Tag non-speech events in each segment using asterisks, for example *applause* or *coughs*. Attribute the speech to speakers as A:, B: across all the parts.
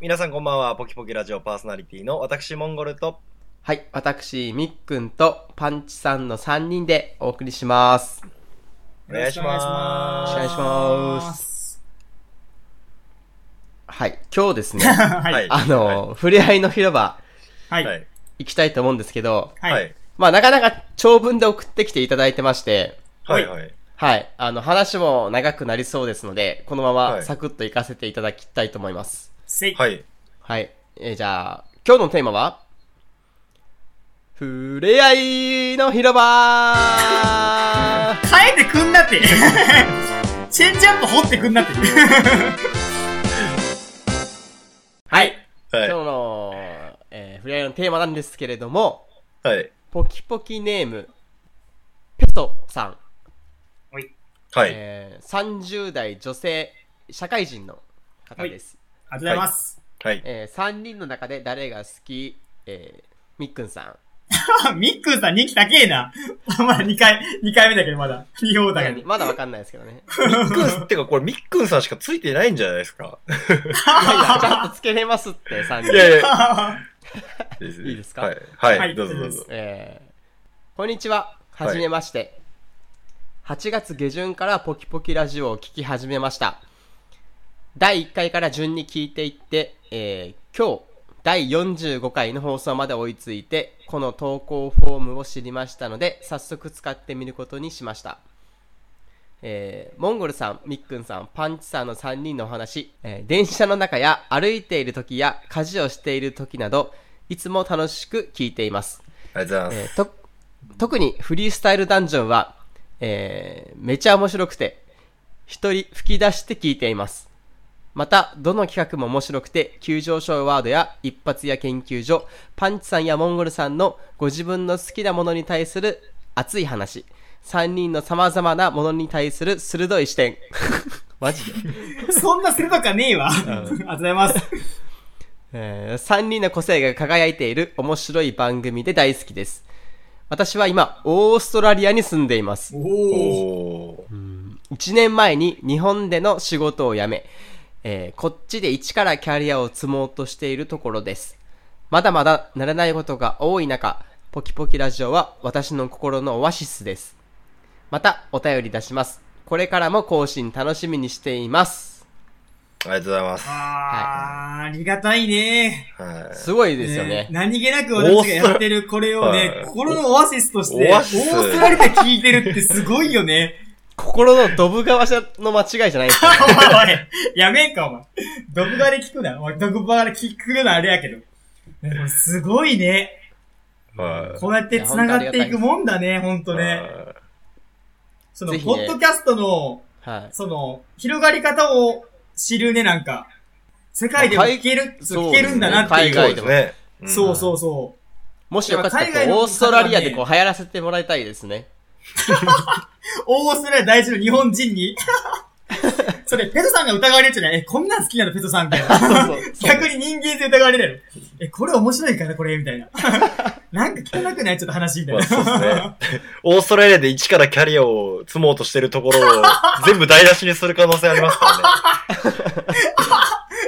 A: 皆さんこんばんは、ポキポキラジオパーソナリティの私、モンゴルと、
B: はい、私、みっくんとパンチさんの3人でお送りします。
A: お願いします。
B: お願いします。はい、今日ですね、
C: はい。
A: は
C: はいい。
B: あの、ふれあいの広場
C: は。
A: はいい。
B: 行きたいと思うんですけど、
A: は
C: はいい。。
B: まあなかなか長文で送ってきていただいてまして、
A: はい。はい。
B: はい、あの話も長くなりそうですので、このま
A: は
B: ま
A: い
B: サクッと行かせていただきたいと思います。
C: せい。
A: はい。
B: はい、えーじゃあ、今日のテーマは、ふれあいの広場
C: 変えてくんなって。 *laughs* チェンジアップ掘ってくんなって。
B: はい。
A: はい。
B: 今日の、えー、フリアイのテーマなんですけれども、
A: はい。
B: ポキポキネーム、ペトさん、
A: はい。
B: えー、30代女性、社会人の方です。
C: ありがとうございます。
A: はい。
B: えー、3人の中で誰が好き、えー、みっくんさん。
C: ミックンさん人気高えな。 *laughs* まだ2回、二回目だけどまだ。2票だけど。
B: まだわかんないですけど
A: *laughs*
B: ね。
A: みっくん、ってかこれみっくんさんしかついてないんじゃないですか。
B: いやいやちゃんとつけれますって、
A: い
B: 3
A: や
B: 人。
A: いや。い
B: いいですか
A: はい。はい。
C: はい
A: どうぞどうぞ。
B: えー、こんにちは。はじめまして。8月下旬からポキポキラジオを聞き始めました。第1回から順に聞いていって、えー今日、第45回の放送まで追いついて、この投稿フォームを知りましたので、早速使ってみることにしました。えーモンゴルさん、みっくんさん、パンチさんの3人のお話、えー電車の中や歩いている時や家事をしている時など、いつも楽しく聞いています。
A: ありがとうございま
B: え
A: す。
B: ーと特にフリースタイルダンジョンは、えーめちゃ面白くて、一人吹き出して聞いています。また、どの企画も面白くて、急上昇ワードや一発や研究所、パンチさんやモンゴルさんのご自分の好きなものに対する熱い話、3人の様々なものに対する鋭い視点。 *laughs* マジで
C: *laughs* そんなするとかねえわ。ありがとうございます。
B: え3人の個性が輝いている面白い番組で大好きです。私は今、オーストラリアに住んでいます。
C: おー。
A: おー。
B: 1年前に日本での仕事を辞め、えーこっちで一からキャリアを積もうとしているところです。まだまだ慣れないことが多い中、ポキポキラジオは私の心のオアシスです。またお便り出します。これからも更新楽しみにしています。
A: ありがとうございます。
C: あー、ありがたいね。
A: はい。
B: すごいですよね。
C: 何気なく私がやってるこれを
A: オースト
C: ね
A: ラ、
C: 心のオアシスとして、
A: オ
C: オ
A: ア
C: ー
A: シス
C: ストラリア聞いてるってすごいよね。
B: 心のドブ川の間違いじゃないですか、ね。
C: おい、やめん *laughs* か、お前。ドブバレ聞くな。おい、ドブバレ聞くのはあれやけど。でもすごいね。
A: はい。
C: こうやって繋がっていくもんだね、ほんとね。
A: は
C: その、
B: ぜひね
C: ポッドキャストの、
B: はい。
C: その、広がり方を知るね、なんか。世界でも聞ける、
B: そう
C: 聞けるんだなってい
A: い。
B: 海
C: う。
B: 外
A: そう
B: で
A: です
B: も
A: ね。ん
C: そうそうそ
B: もしよかったら
C: いや海外の
B: こう、オーストラリアでこう流行らせてもらいたいですね。
C: う。オーストラリア大事の日本人に。 *laughs* それ、ペトさんが疑われるんじゃないえ、こんなん好きなの、ペトさんみたいな。
B: そうそうそう
C: 逆に人間性疑われるやろ。え、これ面白いからこれみたいな。 *laughs* なんか汚くないちょっと話みたい
A: まあ
C: な。 *laughs*
A: そうですね。オーストラリアで一からキャリアを積もうとしてるところを全部台無しにする可能性ありますからね。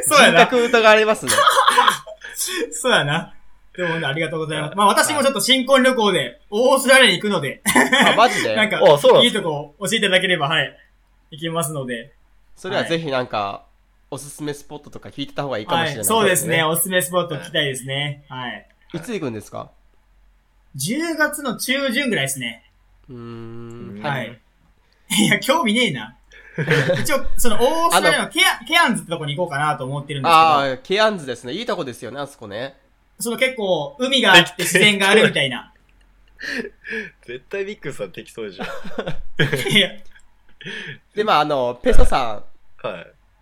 C: そうや
B: 人
C: な。
B: 格疑われますね。
C: そうやな。でもね、ありがとうございます。まあ私もちょっと新婚旅行で、オーストラリアに行くので、
B: あ、マ
C: *laughs*
B: ジで
C: なんか
A: あそうなん、
C: い
A: で
C: い
A: すか
C: とこ教えていただければ、はい。行きますので。
B: それはぜひなんか、おすすめスポットとか聞いてた方がいいかもし
C: は
B: れない、
C: い。そうですね。
B: い
C: おすすめスポット聞きたいですね。はい。
B: つ行くんですか
C: 10月の中旬ぐらいですね。
B: うーん。
C: は。い。いや、興味ねえ *laughs* な。一応、その、オーストラリアのケアケアンズってとこに行こうかなと思ってるんですけど。
B: ああ、ケアンズですね。いいとこですよね、あそこね。
C: その結構、海があって自然があるみたいな。
A: 絶対ビッグさん適当じゃん。
C: いや
B: で、まあ、あの、ペソさ
A: は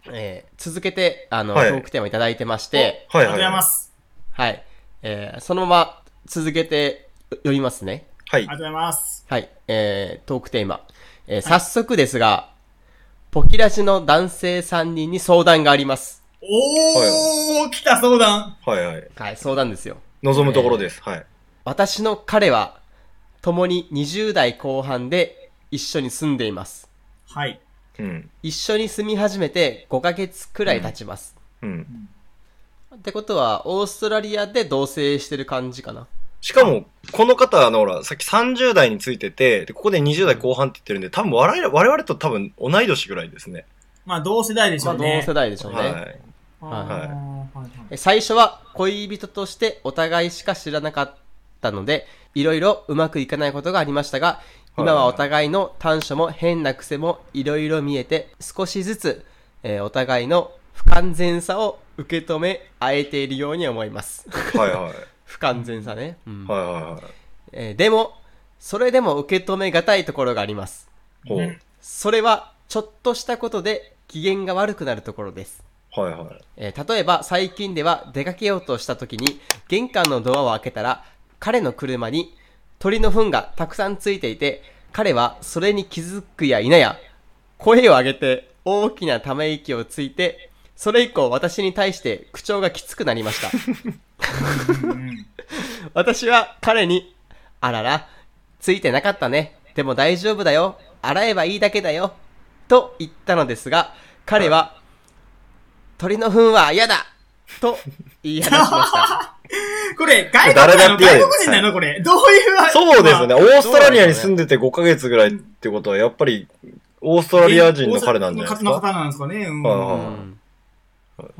A: い。
B: ん、えー続けて、あの、
A: はい
B: トークテーマいただいてまして、
A: はいはい。
C: ありがとうございます。
B: はい。えーそのまま続けて読みますね。
A: は
C: あり
A: い
C: が。とうございます。
B: はい。えートークテーマ。えー早速ですが、ポキラジの男性3人に相談があります。
C: おー、来た相談。
A: はいはい。
B: はい、相談ですよ。
A: 望むところです。はい。
B: 私の彼は、共に20代後半で一緒に住んでいます。
C: はい。
A: うん。
B: 一緒に住み始めて5ヶ月くらい経ちます。
A: うん。
B: ってことは、オーストラリアで同棲してる感じかな。
A: しかも、この方、あの、ほら、さっき30代についてて、でここで20代後半って言ってるんで、多分我々、我々と多分同い年ぐらいですね。
C: まあ、同世代でし
B: まあ、
C: ょう
B: 同
C: ね。
B: 世代でしょうね。
A: はい。
C: あーはいはい
B: え最初は恋人としてお互いしか知らなかったので、いろいろうまくいかないことがありましたが、今はお互いの短所も変な癖もいろいろ見えて、少しずつ、えーお互いの不完全さを受け止め合えているように思います。
A: はいはい。
B: 不完全さね。うん
A: はいはいは
B: えーでも、それでも受け止めがたいところがあります。
A: い。ほう。
B: それは、ちょっとしたことで機嫌が悪くなるところです。
A: はいはい。
B: えー例えば最近では出かけようとした時に玄関のドアを開けたら彼の車に鳥の糞がたくさんついていて彼はそれに気づくや否や声を上げて大きなため息をついてそれ以降私に対して口調がきつくなりました
C: うん
B: 私は彼にあららついてなかったねでも大丈夫だよ洗えばいいだけだよと言ったのですが彼は、鳥の糞は嫌だと言い放ちました
C: これ、外国
A: 誰
C: な
A: だ
C: の
A: って嫌で
C: 外
A: す
C: 国人なのこれ。どういう。
A: そうですね。
C: まあ。
A: オーストラリアに住んでて5ヶ月ぐらいってことは、やっぱり、オーストラリア人の彼なんじゃないです
C: の
A: か
C: 方なんですかね。 *laughs* うん
A: はいはい
B: うん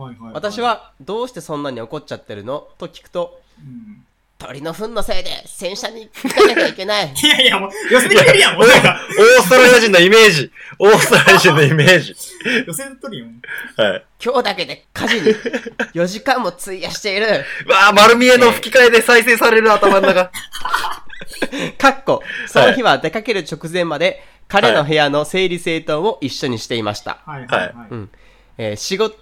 C: はいはい
B: 私、はどうしてそんなに怒っちゃってるのと聞くと
C: うん
B: 鳥の糞のせいで洗車に行かなきゃいけない
C: いやいや、もう、寄せてくれるやん、もうなんか。
A: *laughs* オーストラリア人のイメージ。オーストラリア人のイメージ。
C: 寄せとるよ。
A: はい。
B: 今日だけで家事に4時間も費やしている
A: わあ、丸見えの吹き替えで再生される頭の中。
B: かっこその日は出かける直前まで彼の部屋の整理整頓を一緒にしていました、
C: はいはいは
B: うんえー仕事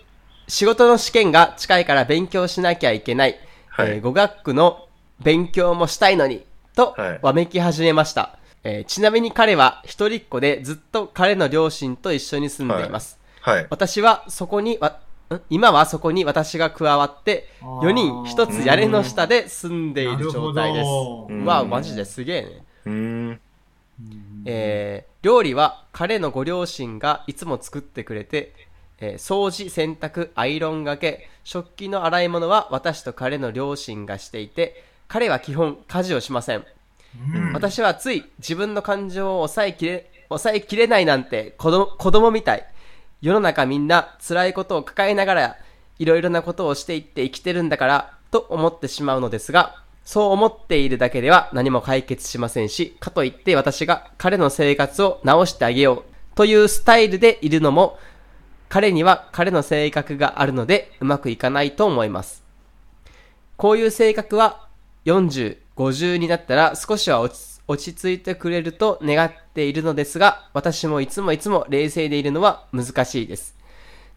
B: 仕事の試験が近いから勉強しなきゃいけない、
A: はい
B: えー語学の勉強もしたいのにと
A: はい
B: わめき始めました、えーちなみに彼は一人っ子でずっと彼の両親と一緒に住んでいます、
A: *laughs* はい。
B: 私はそこにわん今はそこに私が加わって
C: あー
B: 4人一つ屋根の下で住んで
C: い。
B: い
C: な
B: る
C: る
B: 状
C: ほ
B: 態です
C: ど。
A: うん
B: わあマジですげえね
A: うーん。
B: えー料理は彼のご両親がいつも作ってくれて、えー掃除洗濯アイロンがけ食器の洗い物は私と彼の両親がしていて彼は基本家事をしません
C: うん
B: 私はつい自分の感情を抑えきれ抑えきれないなんて子供子供みたい世の中みんな辛いことを抱えながらいろいろなことをしていって生きてるんだからと思ってしまうのですがそう思っているだけでは何も解決しませんしかといって私が彼の生活を直してあげようというスタイルでいるのも彼には彼の性格があるのでうまくいかないと思いますこういう性格は40、50になったら少しは落ち落ち着いてくれると願っているのですが、私もいつもいつも冷静でいるのは難しいです。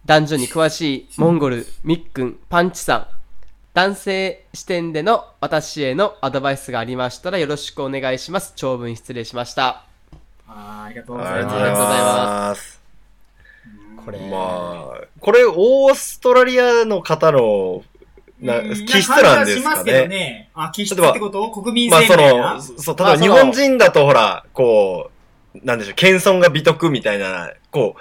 B: 男女に詳しいモンゴル、ミックン、パンチさん、男性視点での私へのアドバイスがありましたらよろしくお願いします。長文失礼しました。
C: あーありがとうござ
A: あ
C: い
A: り
C: ま
A: が
C: す。
A: とうございます。
B: これ、
A: まあ、これ、オーストラリアの方の、な
C: うん
A: 気質なんです
C: 感じはしま
A: か
C: すけど
A: ね。
C: ね。あ、気質ってこと国民性
A: まあ、
C: み
A: そ
C: たいな。
A: の、そう、例え
B: まあ
A: ば
B: そ
A: 日
B: の
A: 本人だとほら、こう、なんでしょう、謙遜が美徳みたいな、こ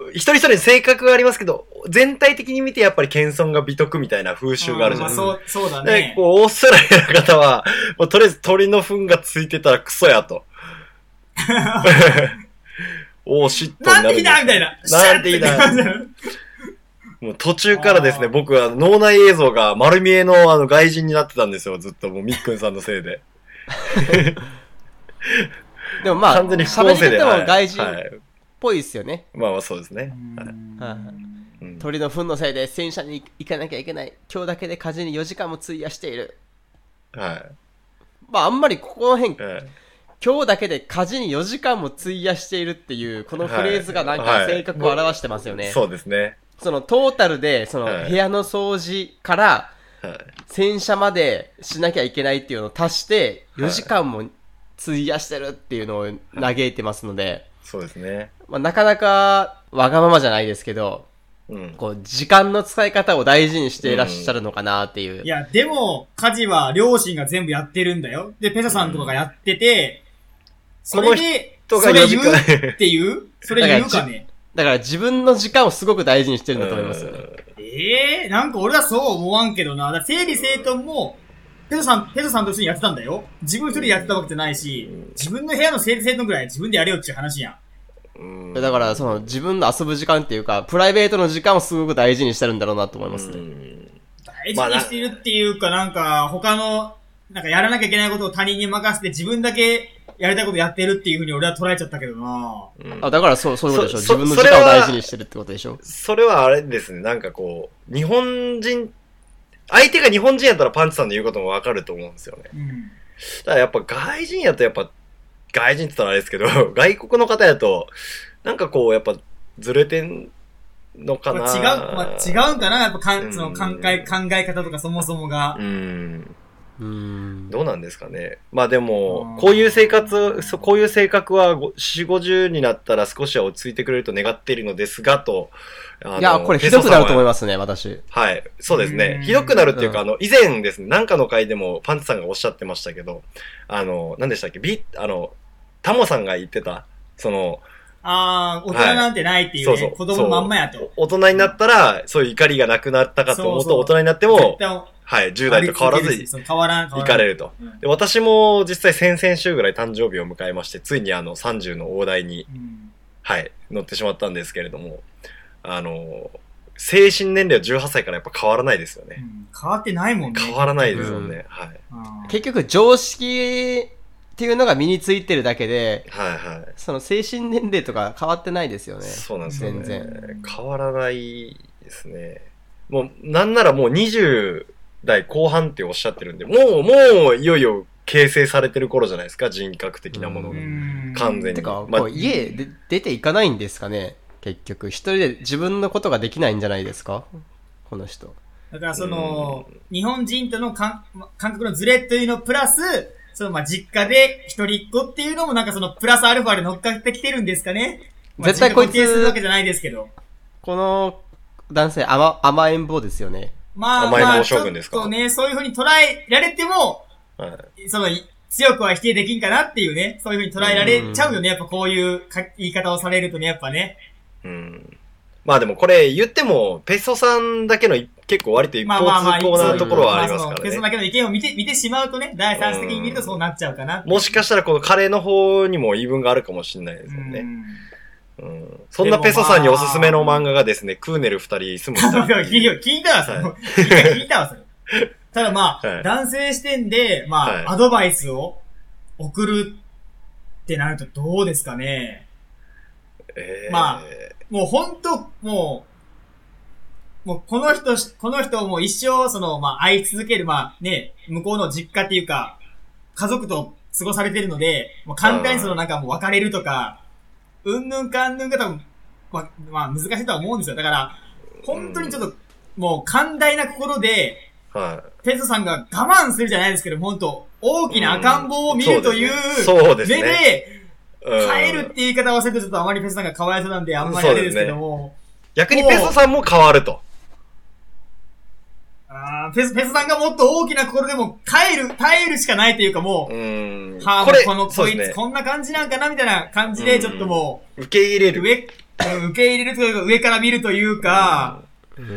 A: う、一人一人に性格がありますけど、全体的に見てやっぱり謙遜が美徳みたいな風習があるじゃないですか。
C: うんまあそう、そうだ
A: で
C: ね、。
A: こう、オーストラリアの方は、もうとりあえず鳥の糞がついてたらクソやと。 *laughs* おー、シット
C: なんて
A: に
C: 日
A: な
C: だ
A: る
C: みたいな。
A: なんて日だ
C: シャッてなる
A: もう途中からですね、
C: あー
A: 僕は脳内映像が丸見えのあの外人になってたんですよ、ずっともうみっくんさんのせいで。
B: でもま *laughs* あ、
A: 完全に副
B: 喋
A: 音
B: り
A: 声で。
B: 方
A: は
B: も
A: い
B: 外人っ
A: はい
B: ぽいですよね。
A: まあまあそうですね。
B: はい
A: うん
B: 鳥の糞のせいで戦車に行かなきゃいけない今日だけで家事に4時間も費やしている
A: は
B: まああんまりここの辺
A: い。はい
B: 今日だけで家事に4時間も費やしているっていうこのフレーズがなん
A: は
B: か
A: い
B: 性格を表してますよね、
A: そうですね。
B: そのトータルでその
A: はい
B: 部屋の掃除から
A: はい
B: 洗車までしなきゃいけないっていうのを足して
A: はい
B: 4時間も費やしてるっていうのを嘆いてますので、
A: そうですね。
B: まあ、なかなかわがままじゃないですけど
A: うん。
B: こう時間の使い方を大事にしていらっしゃるのかなっていう、
C: *laughs* いや、でも、家事は両親が全部やってるんだよ。で、ペサさんとかがやってて、それで、
A: この人が
C: それ
A: 四時
C: 言
A: 間
C: うっていうそれ言うかね。
B: だから自分の時間をすごく大事にしてるんだと思いますよね。
C: えええなんか俺はそう思わんけどな。だから整理整頓も、ペトさん、ペトさんと一緒にやってたんだよ。自分一人でやってたわけじゃないし、自分の部屋の整理整頓ぐらい自分でやれよっていう話やん。
A: うん
B: いやだから、その、自分の遊ぶ時間っていうか、プライベートの時間をすごく大事にしてるんだろうなと思います
A: う
B: ね。
A: ん
C: 大事にしてるっていうか、なんか、他の、なんかやらなきゃいけないことを他人に任せて自分だけやりたいことやってるっていうふうに俺は捉えちゃったけどな
B: あ、だから、そう、そういうことでしょ。
A: そ
B: 自
A: そ
B: 分の時間を大事にしてるってことでしょ。
A: それはあれですね、なんかこう、日本人、相手が日本人やったらパンチさんの言うこともわかると思うんですよね。
C: うん。
A: ただやっぱ外人やとやっぱ、外人って言ったらあれですけど、 *laughs* 外国の方やと、なんかこう、やっぱずれてんのかな。
C: まあ違う、まあ、違うんかなやっぱか
A: うん
C: ん、その考え、考え方とかそもそもが。
A: うん。
B: うーん。
A: どうなんですかね。まあでも
C: う、ん
A: こういう生活、そうこういう性格はご4、50になったら少しは落ち着いてくれると願っているのですが、と。あの
B: いや、これひどくなると
A: ペソさ
B: 思い
A: んは
B: ますね、私。
A: はい。そうです
C: う
A: ね
C: ん。
A: ひどくなるっていうか、あ
B: う
A: の、以前ですね、なんかの回でもパンツさんがおっしゃってましたけど、あの、何でしたっけビあの、タモさんが言ってた、その、
C: ああ、大人なんてないっていう
A: そう
C: ね。
A: そう。
C: 子供のまんまやと。
A: そう大人になったら、そういう怒りがなくなったかと思う
C: そうそ
A: と、
C: う
A: 大人になって
C: 絶
A: も、
C: 対あ
A: はい、10
C: り
A: 代と変わら
C: 続
A: ず
C: けるしそう変わらん、変
A: 行
C: わら
A: か
C: ん。
A: れると。で私も実際先々週ぐらい誕生日を迎えまして、ついにあの30の大台に、
C: うん
A: はい、乗ってしまったんですけれども、あの、精神年齢は18歳からやっぱ変わらないですよ
C: う
A: ね。
C: ん変わってないもんね。
A: 変わらないですよね。はい。
C: うん
B: 結局、常識っていうのが身についてるだけで、
A: はいはい。
B: その精神年齢とか変わってないですよね。
A: そうなんですよね。
B: 全然
A: 変わらないですね。もう、なんならもう20代後半っておっしゃってるんで、もう、もう、いよいよ形成されてる頃じゃないですか、人格的なもの
B: う
A: が。
C: うん
A: 完全に
B: てか、
A: まあ
B: こう家で出ていかないんですかね結局。一人で自分のことができないんじゃないですかこの人。
C: だからその、日本人との感感覚のズレというのプラス、そのまあ実家で一人っ子っていうのもなんかそのプラスアルファで乗っかってきてるんですかね。まあ
B: 絶対こいつ
C: 自分を否定するわけじゃないですけど。
B: この男性甘、甘えん坊ですよね。
C: まあ、
A: 甘えん坊
C: まあ、
A: 将軍ですか
C: ちょっとね、そういうふうに捉えられても、
A: はい
C: その、い強くは否定できんかなっていうね、そういうふうに捉えられちゃうよね、やっぱこういうか言い方をされるとね、やっぱね。
A: うんまあでもこれ言っても、ペソさんだけのい結構割と一
C: ま
A: 方
C: あまあまあ、
A: 通行なところはあり
C: そ
A: ま
C: う
A: す
C: そ
A: か
C: の
A: ら
C: ペソ
A: ね。
C: だけの意見を見て、見てしまうとね、第三者的に見るとそうなっちゃうかなっていう。
A: もしかしたらこのカレーの方にも言い分があるかもしれないですよ
C: う
A: ね。
C: ん
A: うんそんなペソさんにおすすめの漫画がですね、クーネル二人住む二人
C: *laughs* 聞いた聞いたわ、そ
A: *laughs*
C: れ。
A: は
C: 聞いたわ、それ。ただまあ、
A: はい
C: 男性視点で、まあ、
A: はい
C: アドバイスを送るってなるとどうですかね。
A: *laughs* えー
C: まもう本当もう、もうこの人し、この人をもう一生、その、まあ、会い続ける、まあね、向こうの実家っていうか、家族と過ごされてるので、もう簡単にそのなんかもう別れるとか、うんぬんかんぬんが多分、ま、まあ難しいとは思うんですよ。だから、本当にちょっと、もう寛大な心で、
A: は
C: ペソさんが我慢するじゃないですけど、本当大きな赤ん坊を見るという
A: うんそうですね
C: 目で、
A: い。うん
C: 変えるって言い方をするとちょっとあまりペソさんがかわいそうなんで、あんまりあれですけども、
A: 逆にペソさんも変わると。
C: あーペソペソさんがもっと大きな心でも変える、耐えるしかないというかも
A: う
C: う、
A: ん。
C: はあ、
A: こ
C: もう
A: れ
C: この、
A: そ
C: こ
A: う
C: い
A: です
C: つ
A: ね。
C: こんな感じなんかなみたいな感じ
A: う
C: で、
A: ん
C: ちょっとも
A: 受け入れ
C: う、
A: る。
C: 上、うん受け入れるというか、上から見るというか、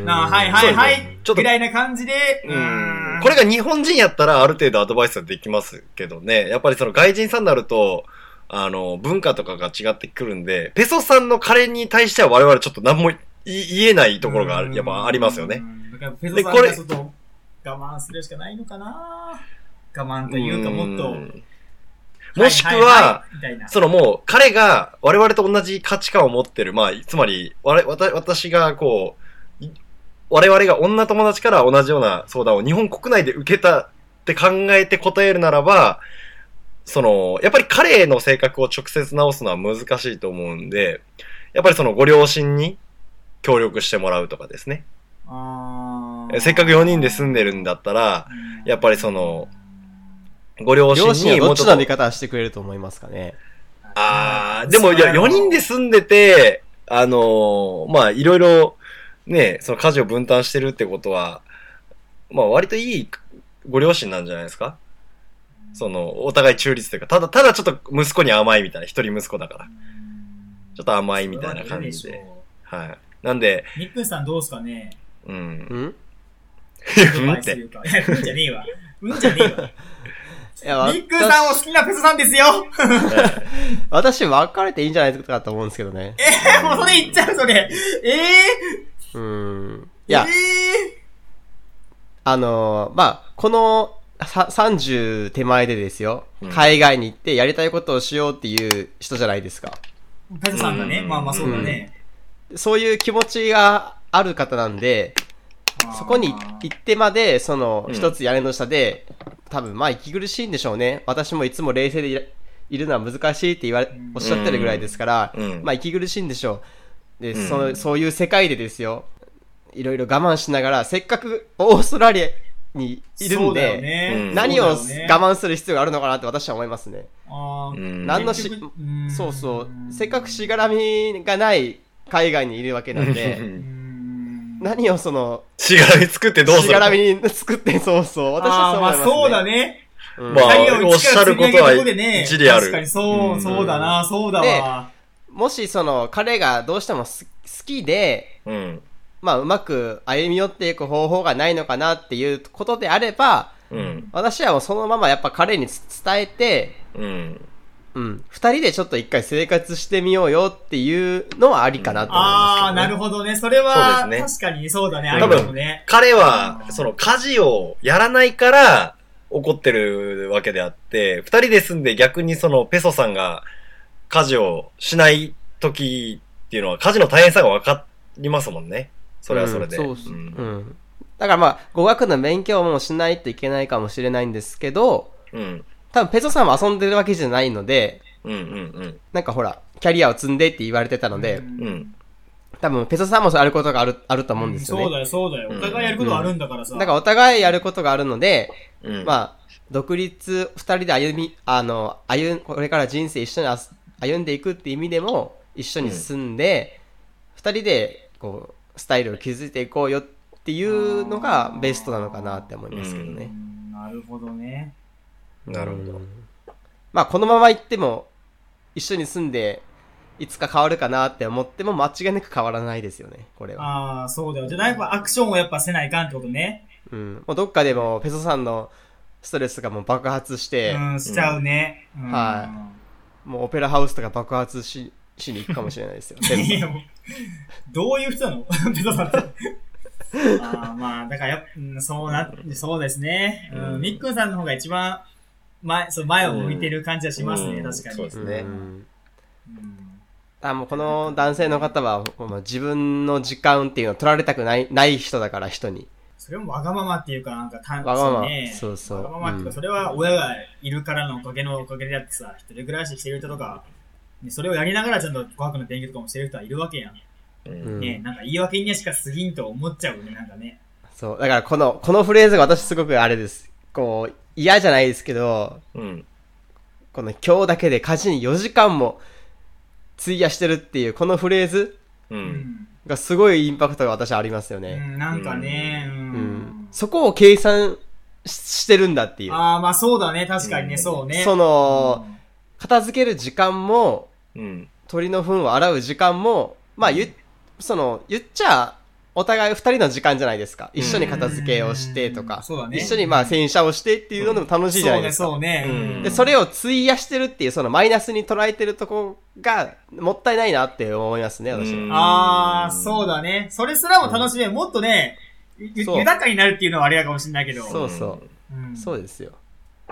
C: なあ、はいはいは
A: そうです
C: い
A: ね、ちょっと
C: ぐらいな感じで、う
A: う
C: ー
A: ん
C: ん
A: これが日本人やったらある程度アドバイスはできますけどね。やっぱりその外人さんになると、あの、文化とかが違ってくるんで、ペソさんの彼に対しては我々ちょっと何もい言えないところがあるやっぱありますよね。
C: うん。だからペソ
A: で
C: さん
A: これ
C: がちょっと我慢するしかないのかな我慢というかもっと。
A: うんもしく
C: いい
A: は、
C: いみたいな。
A: そのもう彼が我々と同じ価値観を持ってる、まあ、つまり、我々わた私がこう、い我々が女友達から同じような相談を日本国内で受けたって考えて答えるならば、その、やっぱり彼の性格を直接直すのは難しいと思うんで、やっぱりそのご両親に協力してもらうとかですね。
C: あー
A: せっかく4人で住んでるんだったら、やっぱりその、ご両親
B: 両親
A: に
B: はど
A: も
B: っ
A: うちょ
B: ち
A: っと
B: の見方してくれると思いますかね
A: ああ、でもいや、4人で住んでて、あのーまあ、いろいろ、ね、その家事を分担してるってことは、まあ、割といいご両親なんじゃないですかその、お互い中立というか、ただ、ただちょっと息子に甘いみたいな、一人息子だから。ちょっと甘いみたいな感じで。。はい。なんで、
C: ニックンさんどうですかね
A: う
B: *laughs*
A: うん。
B: うん
A: いや、
C: ア
A: う
C: ド
A: ん
C: バ
A: っ
C: イスとい
A: て。
C: うか。いや、うんじゃねえわ。うんじゃ
B: い
C: ねえ
B: や
C: わ。ミックーさんを好きなフェスさんですよ
B: 私、別れていいんじゃないかと思うんですけどね。
C: え *laughs* もうそれ言っちゃう、それ。ええ
B: うーん。
C: い
B: いや
C: え、
B: あのーまあ、この、さ30手前でですよ
A: うん。
B: 海外に行ってやりたいことをしようっていう人じゃないですか。
C: えー。フェスさんがね、
A: うん
C: まあまあそうだね。
B: そういう気持ちがある方なんで、
C: まあ
B: そこに行ってまで、その
A: う、ん
B: 一つ屋根の下で、多分、まあ、息苦しいんでしょうね。私もいつも冷静でいらいるのは難しいって言われ
C: ん、
B: おっしゃってるぐらいですから、
A: うん
B: まあ、息苦しいんでしょう。で、
A: うん
B: その、そういう世界でですよ。いろいろ我慢しながら、せっかくオーストラリアにいる
C: そ
B: ん
C: うだよ
B: で、
C: ね
A: うん
B: 何を我
C: そうだよね
B: 慢する必要があるのかなって私は思いますね。
C: あ
A: う
C: ー
A: ん。
B: 何のし
C: 結局うん
B: そうそう。せっかくしがらみがない海外にいるわけなん
A: う
B: で、
C: うんん
B: 何をその、
A: *laughs* しがらみ作ってどうする
B: しがらみに作って、そうそう。私はそう思い
C: あ
B: ま
C: ー
B: す、ね。
C: まあそうだね。
B: うん
A: まあ
C: 太陽を一から積み上げたとこで
A: おっしゃることは
C: ね
A: 一理ある
C: 確かにそう、
A: うん
C: そうだな、そうだわ。
B: もしその彼がどうしてもす好きで、
A: うん。
B: まあうまく歩み寄っていく方法がないのかなっていうことであれば、
A: うん。
B: 私はもうそのままやっぱ彼につ伝えて、
A: うん。
B: うん、二人でちょっと一回生活してみようよっていうのはありかなと思います
C: ああ、
B: けどね、
C: なるほどね。それは、
A: そうで
C: 確かにそうだね。あ
A: 多
C: る
A: 分
C: かもね。
A: 彼
C: う
A: は、
C: ん
A: その家事をやらないから怒ってるわけであって、二人で住んで逆にそのペソさんが家事をしない時っていうのは家事の大変さがわかりますもんね。それはそれで。
B: うんそうそう
A: うん
B: うん。だからまあ、語学の勉強もしないといけないかもしれないんですけど、
A: うん。
B: 多分ペソさんは遊んでるわけじゃないので、
A: うんうん
B: なんかほら、キャリアを積んでって言われてたので、
A: うん。うん。
B: 多分ペソさんもそうあることがある、あると思うんですよね。
C: そうだよ、そうだよ。
A: うん
C: お互いやることはあるんだからさ。
B: だからお互いやることがあるので、
A: うん。あ、
B: まあ、独立、二人で歩み、あの、歩ん、これから人生一緒にあす歩んでいくっていう意味でも、一緒に住んで、二、人で、こう、スタイルを築いていこうよっていうのがベストなのかなって思いますけど
C: う
B: ね。
C: んなるほどね。
A: なるほど
B: うん。まあ、このまま行っても、一緒に住んで、いつか変わるかなって思っても、間違いなく変わらないですよね、これは。
C: ああ、そうだよ。じゃあ、やっぱアクションをやっぱせないかんってことね。
B: うん。もうどっかでも、ペソさんのストレスがもう爆発して、
C: うん、しちゃうね。うん
B: はもうオペラハウスとか爆発し、しに行くかもしれないですよ。
C: い
B: で
C: や、もう、どういう人なの *laughs* ペトさんって。ああ、まあ、だからやっぱ、うんそうな、そうですね。う
A: うん
C: ん、みっくんさんの方が一番、前、そう、前を向いてる感じはしますね、
A: うん
C: 確かに。
A: そうです
B: も
A: ね
B: うん
C: うん
B: あ、もうこの男性の方は、もう自分の時間っていうのを取られたくない、ない人だから、人に。
C: それもわがままっていうか、なんか、単
B: わがまま
C: そうね
B: そうそう
C: わがままっていう
B: う
C: か、
B: ん
C: それは親がいるからのおかげのおかげであってさ、一人暮らししてる人とか、ねそれをやりながらちゃんと語学の勉強とかもしてる人はいるわけやん。
A: う。
B: うんん
C: ねなんか言い訳にはしか過ぎんと思っちゃうよね、なんかね。
B: そう。だからこの、このフレーズが私すごくあれです。こう、嫌じゃないですけど、
A: うん。
B: この今日だけで家事に4時間も費やしてるっていう、このフレーズ
A: う。
C: うんん。
B: がすごいインパクトが私ありますよね。
C: うんなんかね、
B: う
C: う。
B: んん。そこを計算ししてるんだっていう。
C: ああ、まあそうだね、確かにね、
A: うん
C: そうね。
B: その、
C: うん
B: 片付ける時間も、
A: うん。
B: 鳥の糞を洗う時間も、まあ、ゆ、その、言っちゃ、お互い二人の時間じゃないですか。一緒に片付けをしてと
C: うん
B: か、
C: そうだね。
B: 一緒にまあ洗車をしてっていうのでも楽しいじゃないですか。
C: そうね、そうね。
A: うん
B: で、それを費やしてるっていう、そのマイナスに捉えてるとこが、もったいないなって思いますね、私は。
A: うん
C: ああ、そうだね。それすらも楽しめ、もっとね、ゆ
B: そう
C: 豊かになるっていうのはあれやかもしれないけど。
B: そうそ
C: うん
B: そうですよ。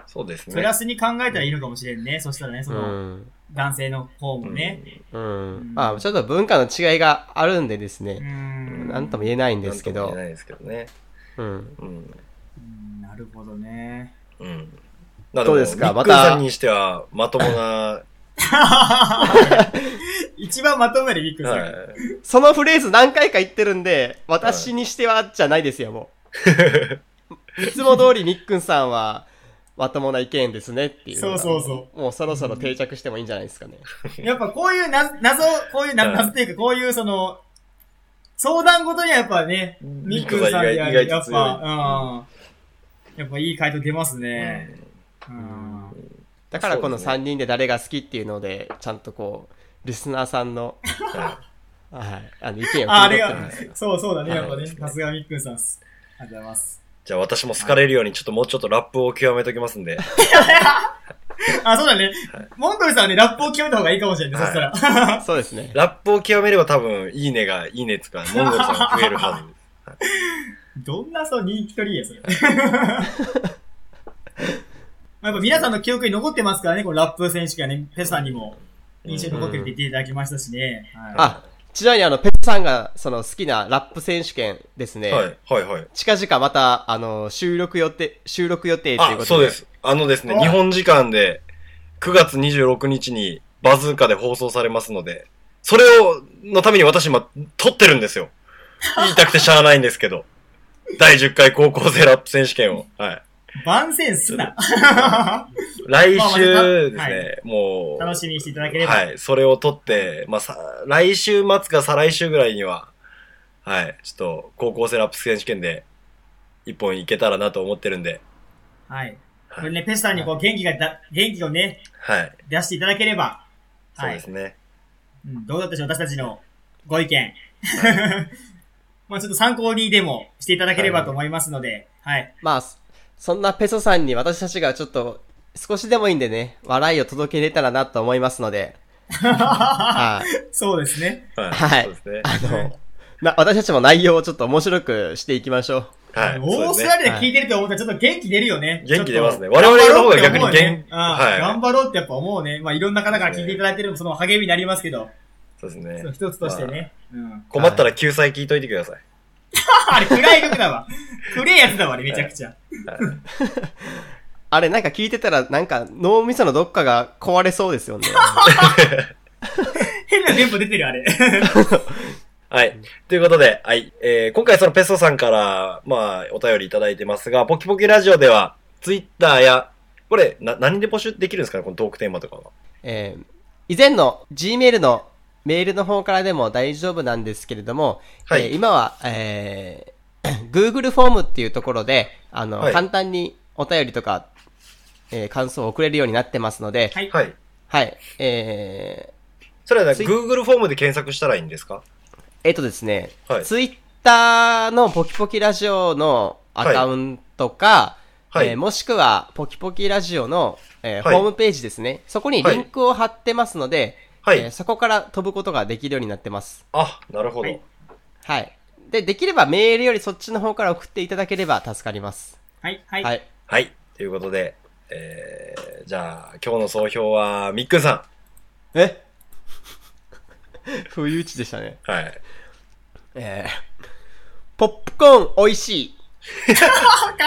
A: そうですね。
C: プラスに考えたらいいのかもしれんね。そしたらね、
B: う
C: その、
B: ん。
C: 男性の方もね。
B: う
C: うんん。
B: まあ、ちょっと文化の違いがあるんでです
C: う
B: ね、
C: ん。
B: なんとも言えないんですけ
A: なんとも
B: ど
A: 言え、ないですけどね。
B: うん。
A: うん。
C: うんなるほどね。
A: うん。まあ
B: どうですか
A: も
B: ま
A: ミック
B: た
A: さんにしては、まともな、
C: 一番まとめるビッグさん。
A: はい。
B: そのフレーズ何回か言ってるんで、私にしてはじゃないですよ、もう。いつも通りみっくんさんは、まともな意見ですねっていうのが。
C: そうそう
B: もうそろそろ定着してもいいんじゃないですかね。
C: やっぱこういうな謎、こういうな
A: うん
C: 謎っていうか、こういうその、相談ごとにはやっぱね、みっくんさんでや
A: 意外
C: る
A: 意外
C: やっ
A: と強い
C: ぱ、うん。やっぱいい回答出ますね。うん。
B: だからこの
A: そうです
B: 3人で誰が好きっていうので、ちゃんとこう、リスナーさんの、
A: は
B: はい。あの、意見を聞いて
C: あ、あれが、そうそうだね、
B: はい
C: やっぱね。さすがみっくんさんっす。ありがとうございます。
A: *laughs* じゃあ私も好かれるように、ちょっともうちょっとラップを極めときますんで。
C: あ、そうだね。モンゴルさんはね、ラップを決めた方がいいかもしれない、
A: はい
C: そしたら。 *laughs*
B: そうですね。
A: ラップを極めれば多分、いいねが、いいねつか、モンゴルさんが増えるはず。
C: どんなその人気取りや、それ。
A: *laughs*
C: まあやっぱ皆さんの記憶に残ってますからね、このラップ選手権はね、ペさんにも印象に残ってるって言っていただきましたしね。はい
B: あ、ちなみにあの、ペッさんが、その、好きなラップ選手権ですね。
A: *laughs* はい、はい、はい。
B: 近々また、あの、収録予定、収録予定とい
A: あ、
B: うことで。
A: そうで。す。あのですね、
C: あ
A: 日本時間で9月26日にバズーカで放送されますので、それを、のために私今、撮ってるん *laughs* ですよ。言いたくてしゃあないんですけど。第10回高校生ラップ選手権を。はい。
C: 番宣すな。
A: 来週ですね、
C: まあまあは
A: もう。
C: *laughs* 楽しみにしていただければ。
A: はい。それを取って、まあ、さ、来週末か再来週ぐらいには、はい。ちょっと、高校生ラップ選手権で、一本いけたらなと思ってるんで、
C: はい。これね、ペスさんにこう元気がだ、元気をね、
A: はい。
C: 出していただければ、
A: そう
C: は
A: で
C: い
A: す。ね。
C: うんどうだったでしょう、私たちのご意見。 *laughs* まあちょっと参考にでもしていただければと思いますので、はい。
B: まあ、そそんなペソさんに私たちがちょっと、少しでもいいんでね、笑いを届けれたらなと思いますので。はい。
C: そうですね。
A: はい。
B: はい
A: そうですね。
B: あの、な、私たちも内容をちょっと面白くしていきましょう。
A: はい。
C: オー
A: そう
C: ス
A: で
C: ト
A: すね
C: ラ。リアで聞いてると思ったらちょっと元気出るよね。
A: 元気出ますね
C: ちょっと
A: 我々の方が逆に
C: 頑張ろうっ
A: 元気
C: て思うよねうん
A: はい
C: 頑張ろうってやっぱ思うね。まあいろんな方から聞いていただいてるのもその励みになりますけど、
A: そうです
C: その
A: ね。
C: 一つとしてね。うん。
A: 困ったら救済聞いといてください。
C: あれ暗い曲だわ。暗いやつだわ、あれめちゃくちゃ。
B: あれ、なんか聞いてたら、なんか脳みそのどっかが壊れそうですよね。
C: 変な電波出てる、あれ。
A: はい。ということで、はい。えー、今回そのペソさんから、まあ、お便りいただいてますが、ポキポキラジオでは、ツイッターや、これ、な、何で募集できるんですかねこのトークテーマとかは。
B: えー以前の Gmail のメールの方からでも大丈夫なんですけれども、
A: はい
B: えー今は、えー *coughs* Google フォームっていうところで、あの、
A: はい
B: 簡単にお便りとか、えー感想を送れるようになってますので、
C: はい
A: はい。
B: はい。え
A: それは、
B: ツイ
A: Google フォームで検索したらいいんですか
B: ーえーとですね、
A: はい
B: Twitter のポキポキラジオのアカウントか、
A: はい
B: えーもしくは、ポキポキラジオの、えー
A: はい
B: ホームページですね。そこにリンクを貼ってますので、
A: はい
B: えーそこから飛ぶことができるようになってます。
A: あ、なるほど。
C: はい
B: はい。で、できればメールよりそっちの方から送っていただければ助かります。
C: はい、は
B: はい。
C: い。
A: はい。ということで、えー、じゃあ、今日の総評は、みっくんさ
B: え *laughs* 不意打ちでしたね。
A: ん。はい。
B: えー、ポップコーン美味しい。
C: 関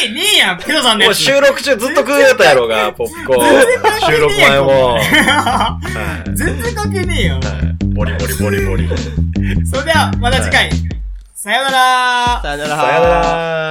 C: 係ねえやん、ペドさんの
A: も
C: や
A: う
C: つ。
A: 収録中ずっと食うやったやろうが、ポップコーン。収録前も。はい
C: 全然関係ねえよ。
A: ボリボリボリボリ。さよ
C: それでは、また次回。さようなら
B: さよなら。
A: なら。